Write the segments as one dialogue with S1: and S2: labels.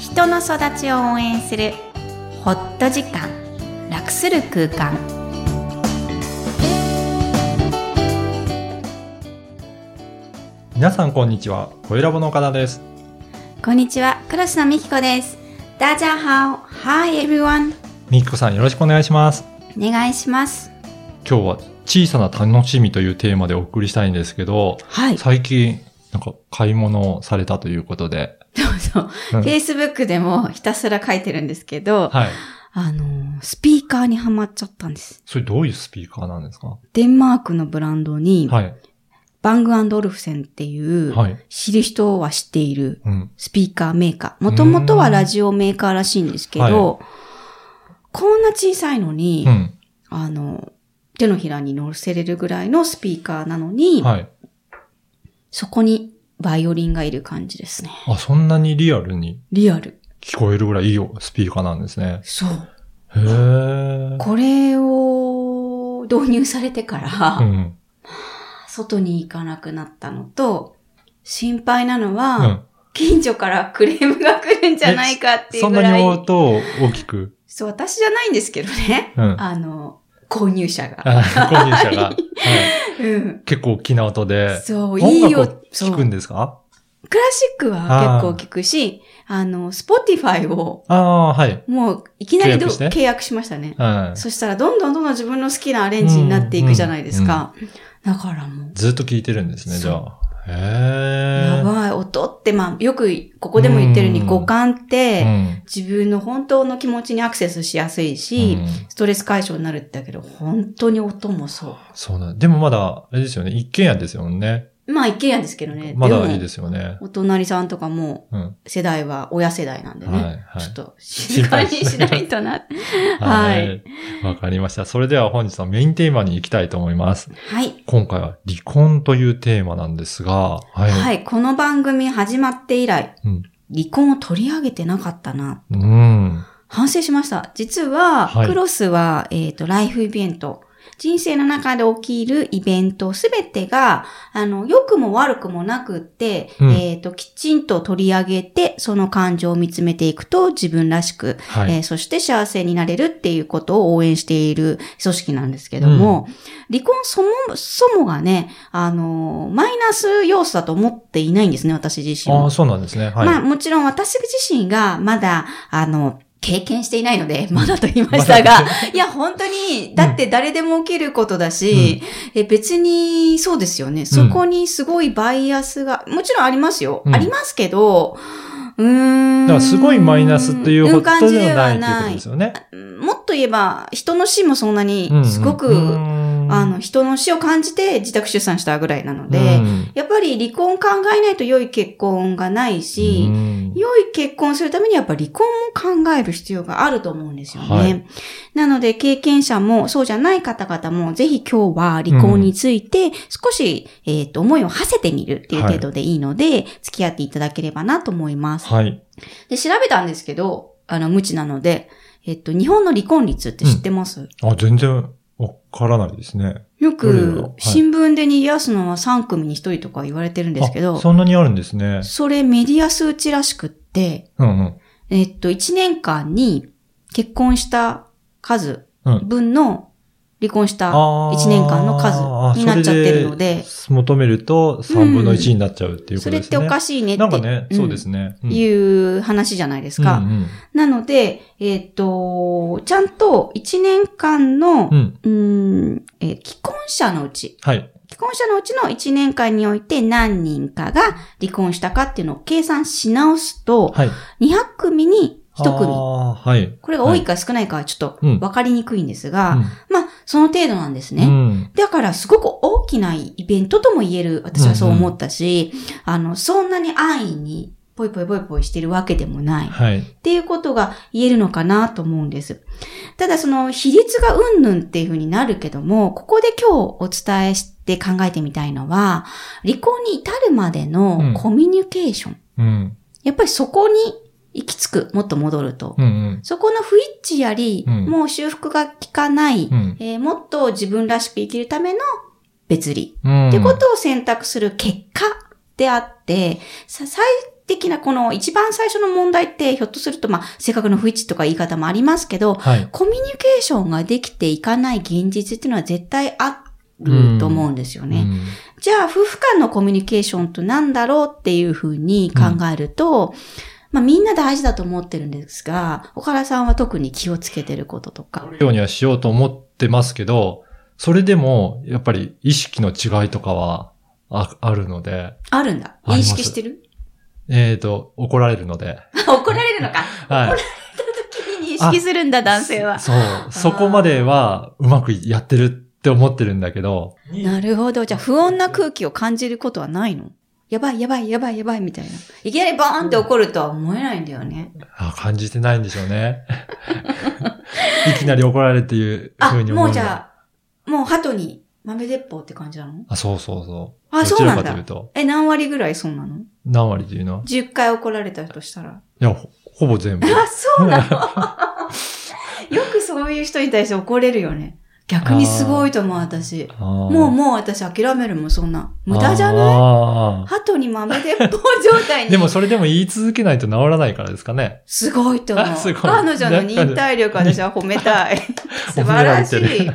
S1: 人の育ちを応援するホット時間楽する空間
S2: 皆さんこんにちは声ラボの岡田です
S1: こんにちはクロスのみきこですダジャハオ Hi everyone
S2: みきこさんよろしくお願いします
S1: お願いします
S2: 今日は小さな楽しみというテーマでお送りしたいんですけど
S1: はいそ
S2: 最近なんか買い物をされたということで、
S1: うそう
S2: うん
S1: Facebook でもひたすら書いてるんですけど、
S2: はい
S1: あのスピーカーにはまっちゃったんです
S2: それどういうスピーカーなんですか
S1: デンマークのブランドに、
S2: はい
S1: バングアンドオルフセンっていう、
S2: はい
S1: 知る人は知っている
S2: うん
S1: スピーカーメーカー。もともとはラジオメーカーらしいんですけど、こんな小さいのに、
S2: うん
S1: あの、手のひらに乗せれるぐらいのスピーカーなのに、
S2: はい
S1: そこにバイオリンがいる感じですね。
S2: あそんなにリアルに
S1: リアル。
S2: 聞こえるぐらいいいよスピーカーなんですね
S1: そう。
S2: へえうん
S1: これを導入されてから、
S2: うん
S1: 外に行かなくなったのと、心配なのは、
S2: うん
S1: 近所からクレームが来るんじゃないかってい
S2: そ
S1: うんぐ
S2: な
S1: らい。
S2: に音を大きく
S1: そう、私じゃないんですけどね。
S2: うん
S1: あの、購入者
S2: あ
S1: が。
S2: 購入者が、はい、
S1: うん。
S2: 結構大きな音で
S1: そう、い
S2: 音
S1: い
S2: 楽を
S1: よ。そ
S2: 聞くん
S1: う。
S2: ですか
S1: クラシックは結構聞くし、あの、スポティファイを、
S2: ああ、はい。
S1: もう、いきなりど
S2: 契約して
S1: 契約しましたね。
S2: うん。
S1: そしたら、どんどんどんどん自分の好きなアレンジになっていくじゃないですか。だからもう、
S2: ずっと聞いてるんですね、じゃあ。
S1: や
S2: へ
S1: ばい、音って、まあ、よく、ここでも言ってるよう
S2: う
S1: に、
S2: ん
S1: 五感っ
S2: え。
S1: て、
S2: ん。
S1: 自分の本当の気持ちにアクセスしやすいし、
S2: うん
S1: ストレス解消になるってだけど、本当に音もそ
S2: そうなんでもまだ、あれですよね、一軒家ですよね。
S1: う。まあ、一軒家ですけどね。
S2: まだ
S1: も
S2: いいですよね。
S1: お隣さんとかも
S2: うん。
S1: 世代は親世代なんでね。
S2: はいはい
S1: ちょっと静かにしないとな。はい。
S2: わかりました。それでは本日のメインテーマに行きたいと思います。
S1: はい。
S2: 今回 は離婚というテーマなんですが、はい。
S1: はい。この番組始まって以来、
S2: うん
S1: 離婚を取り上げてなかったな。
S2: うん。
S1: 反省しました。実は、
S2: はい
S1: クロスは、えっ、と、ライフイベント。人生の中で起きるイベントすべてが、あの、良くも悪くもなくって、
S2: うん
S1: えっ、と、きちんと取り上げて、その感情を見つめていくと自分らしく
S2: はい。
S1: えーそして幸せになれるっていうことを応援している組織なんですけども、離婚そもそもがね、あのーマイナス要素だと思っていないんですね、私自身
S2: ああ、
S1: も。
S2: そうなんですね。はい。
S1: まあもちろん私自身がまだ、あの、経験していないので、まだと言いましたが、いや、本当に、だって誰でも起きることだし、え別に、そうですよね。そこにすごいバイアスが、もちろんありますよ。
S2: うん
S1: ありますけど、うーん。
S2: だからすごいマイナスっていうこ
S1: 感
S2: と
S1: じ
S2: ではない
S1: で
S2: っていうことですよね。
S1: もっと言えば、人の死もそんなに
S2: うんうん、
S1: すごく、
S2: うん
S1: あの、、人の死を感じて自宅出産したぐらいなので、
S2: うん
S1: やっぱり離婚考えないと良い結婚がないし、
S2: うん
S1: 良い結婚するためにやっぱ離婚を考える必要があると思うんですよね。
S2: はい
S1: なので経験者もそうじゃない方々もぜひ今日は離婚について少し、えっと思いを馳せてみるっていう程度でいいので、付き合っていただければなと思います。
S2: はい。
S1: で、調べたんですけど、あの、無知なので、えっと、日本の離婚率って知ってます、
S2: あ、全然わからないですね。
S1: よ
S2: どれだろうは
S1: く
S2: い、
S1: 新聞でに癒すのは3組に1人とか言われてるんですけど、
S2: あそんなにあるんですね。
S1: それメディア数値らしくって、
S2: うんうん。
S1: えっと、1年間に結婚した数
S2: うん
S1: 分の離婚した
S2: あ
S1: 1
S2: ー
S1: 年間の数になっちゃってるので、
S2: それ求めると3分の1になっちゃうっていうこ
S1: そ
S2: と
S1: れ
S2: で
S1: っ
S2: す
S1: て
S2: ね。
S1: おか
S2: し
S1: しいね
S2: い
S1: っ
S2: なんかね、
S1: て
S2: そうですね。うん
S1: いう話じゃないですか。
S2: うんうん
S1: なので、えっ、と、ちゃんと1年間の、
S2: うん。
S1: うーん、えー既婚者のうち、
S2: はい。
S1: 既婚者のうちの1年間において何人かが離婚したかっていうのを計算し直すと、
S2: はい。
S1: 200組に1
S2: あ
S1: 組。
S2: あ、はい。
S1: これが多いか少ないかはちょっ
S2: うん
S1: と分かりにくいんですが、
S2: うん
S1: まあ、その程度なんですね。
S2: うん
S1: だから、すごく大きなイベントとも言える、私はそう思ったし、あの、そんなに安易に、ぽいぽいぽいぽいしてるわけでもない。
S2: はい。
S1: っていうことが言えるのかなと思うんです。ただその比率がうんぬんっていうふうになるけども、ここで今日お伝えして考えてみたいのは、離婚に至るまで
S2: う
S1: の
S2: ん
S1: コミュニケーション。
S2: うん。
S1: やっぱりそこに行き着く、もっと戻ると。
S2: うんうん。
S1: そこの不一致やり、
S2: うん
S1: もう修復が効かない、
S2: うん
S1: えーもっと自分らしく生きるための別離。
S2: うん。
S1: ってことを選択する結果であって、さ最的なこの一番最初の問題って、ひょっとすると、まあ、性格の不一致とか言い方もありますけど、
S2: はい。
S1: コミュニケーションができていかない現実っていうのは絶対あると思うんですよね。
S2: うん
S1: じゃあ、夫婦間のコミュニケーションとなんだろうっていうふうに考えると、まあみんな大事だと思ってるんですが、岡田さんは特に気をつけてることとか。
S2: ようにはしようと思ってますけど、それでも、やっぱり意識の違いとかはああるので、
S1: あるんだ。
S2: あ
S1: 認
S2: ります
S1: 識してる
S2: えーと、怒られるの で。
S1: 怒られるのか。
S2: はい。
S1: 認識するんだ、男性は。
S2: そう。そこまではうまくやってるって思ってるんだけど、
S1: なるほど。じゃあ、不穏な空気を感じることはないのやばい、やばい、やばい、やばい、みたいな。いきなりバーンって怒るとは思えないんだよね。
S2: あ感じてないんでしょう ね。いきなり怒られるっていう
S1: あ、
S2: ふうに
S1: も
S2: 思う
S1: う
S2: の
S1: じゃあ、もう鳩に豆鉄砲って感じなの
S2: あ、そうそうそう。
S1: あ、
S2: ど
S1: そ
S2: ち
S1: う
S2: ら
S1: なん
S2: かとい
S1: だ。
S2: うと、
S1: え、何割ぐらいそうなの
S2: 何割というのは
S1: ?10 回怒られたとしたら。
S2: いや、ほほぼ全部。
S1: あ、そうなの よくそういう人に対して怒れるよね。逆にすごいと思う、私。
S2: も
S1: もうもう私諦めるもん、そんな。無駄じゃない
S2: ない
S1: 鳩に豆鉄砲状態に。
S2: でもそれでも言い続けないと治らないからですかね。
S1: すごいと思う
S2: あ。すごい
S1: 彼女の忍耐力、私は褒めたい。素 晴
S2: お風呂
S1: ら
S2: 入っ
S1: してい。っ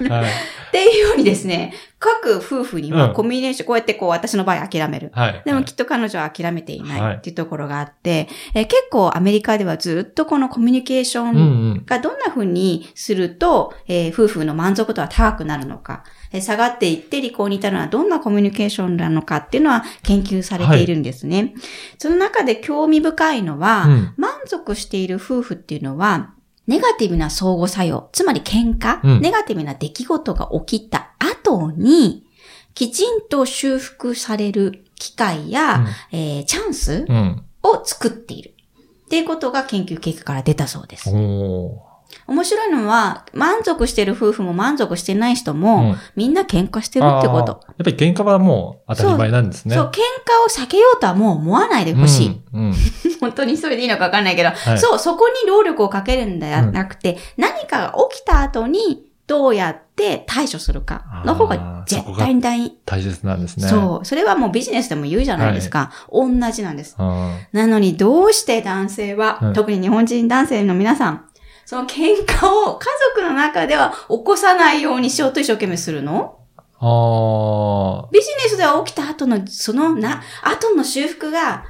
S2: る はい。
S1: ていうようにですね、各夫婦に
S2: う
S1: は
S2: ん
S1: コミュニケーション、こうやってこう、私の場合諦める。
S2: はい。
S1: で
S2: は
S1: も
S2: い
S1: きっと彼女は諦めていな
S2: はいい
S1: っていうところがあって、えー結構アメリカではずっとこのコミュニケーショ
S2: うんう
S1: ン
S2: ん。
S1: がどんな風にすると、えー夫婦の満足度は高くなるのか、えー下がっていって離婚に至るのはどんなコミュニケーションなのかっていうのは研究されているんですね。その中で興味深いのは、
S2: うん
S1: 満足している夫婦っていうのは、ネガティブな相互作用、つまり喧嘩、
S2: うん
S1: ネガティブな出来事が起きた後に、きちんと修復される機会や、えーチャンス
S2: うん。
S1: を作っている。っていうことが研究結果から出たそうです。
S2: お
S1: 面白いのは、満足してる夫婦も満足してない人
S2: ー。
S1: も、
S2: うん
S1: みんな喧嘩してるってこ
S2: あ
S1: と。
S2: ーやっぱり喧嘩はもう当たり前なんですね。
S1: そう、喧嘩を避けようとはもう思わないでほしい。
S2: うん。うん。
S1: 本当にそれでいいのかわかんないけど、
S2: はい
S1: そう、そこに労力をかけるんではなくて、何かが起きた後に、どうやって対処するかの方が
S2: あー
S1: 絶対に大事。
S2: 大切なんですね。
S1: そう。それはもうビジネスでも言うじゃないですか。同じなんです。
S2: うん。
S1: なのにどうして男性は、
S2: はい
S1: 特に日本人男性の皆さん、その喧嘩を家族の中では起こさないようにしようと一生懸命するの
S2: あ
S1: ビジネスでは起きた後の、そのな、後の修復が、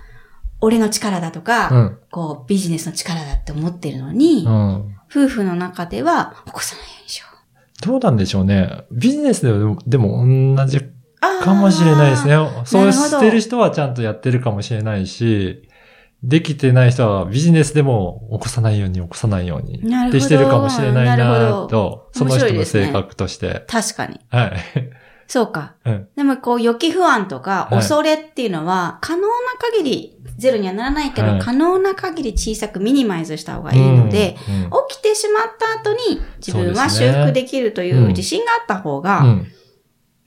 S1: 俺の力だとか、
S2: あ。うん。
S1: こう、ビジネスの力だって思ってるのに、
S2: うん。
S1: 夫婦の中では起こさないようにしよう。
S2: どうなんでしょうね。ビジネスでも、でも同じ
S1: あー
S2: かもしれないですね。そう
S1: なるほど
S2: してる人はちゃんとやってるかもしれないし、できてない人はビジネスでも起こさないように起こさないように
S1: なるほど
S2: ってしてるかもしれない
S1: なるほ
S2: なと、その
S1: 面白
S2: 人
S1: いで
S2: の
S1: すね
S2: 性格として。
S1: 確かに。
S2: はい。
S1: そうか。
S2: うん
S1: でもこう、予期不安とか、
S2: はい
S1: 恐れっていうのは、可能な限り、ゼロにはならないけど、
S2: はい
S1: 可能な限り小さくミニマイズした方がいいので、
S2: うん、うん
S1: 起きてしまった後に自分は修
S2: そうですね
S1: 復できるという自信があった方が、
S2: うん。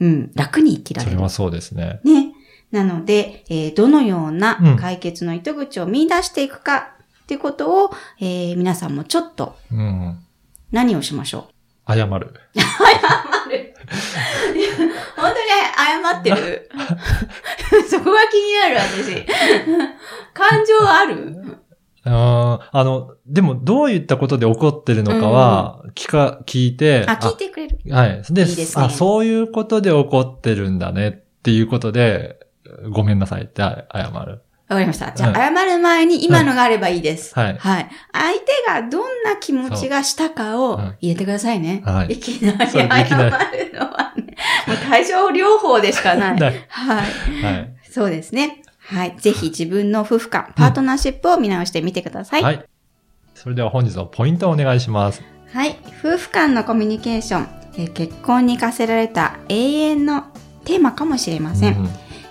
S1: うん、楽に生きら
S2: そ
S1: れ
S2: れ
S1: る。
S2: はそうですね。
S1: ね。なので、えーどのよう
S2: う
S1: なん解決の糸口を見出していくかっていうことを、えー皆さんもちょっと
S2: うん。
S1: 何をしましょう
S2: 謝る。
S1: 謝る。本当に謝ってる。 そこが気になる、私。感情ある
S2: うん。あの、でもどういったことで起こってるのかは、聞か、聞いて、
S1: あ、聞いてくれる。
S2: はい。で
S1: いいですね
S2: あ、そういうことで怒ってるんだねっていうことで、ごめんなさいってあ謝る。
S1: わかりました。じゃあ、
S2: うん
S1: 謝る前に今のがあればいいです。
S2: はい
S1: はい。相手がどんな気持ちがしたかを
S2: そううん
S1: 入れてくださいね。
S2: はい
S1: いきなり
S2: そ
S1: 謝
S2: う
S1: る
S2: い
S1: の
S2: きなり
S1: はね、もう対症療法でしかない。
S2: はい。
S1: はい。
S2: はい。
S1: そうですね。はい。ぜひ自分の夫婦間、パートナーシップを見直してみてください。
S2: はい。それでは本日のポイントをお願いします。
S1: はい、夫婦間のコミュニケーション、えー結婚に課せられた永遠のテーマかもしれません。
S2: うん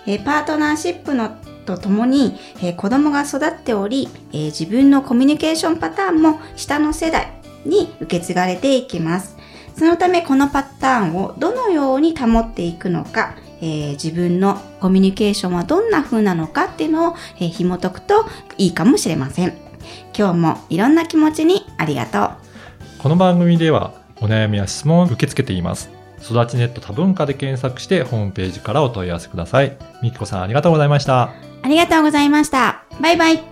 S1: えーパートナーシップのとともに、えー子供が育っており、えー自分のコミュニケーションパターンも下の世代に受け継がれていきます。そのためこのパターンをどのように保っていくのか、えー自分のコミュニケーションはどんな風なのかっていうのを、えー紐解くといいかもしれません。今日もいろんな気持ちにありがとう。
S2: この番組ではお悩みや質問を受け付けています。育ちネット多文化で検索してホームページからお問い合わせください。みきこさんありがとうございました。
S1: ありがとうございました。バイバイ。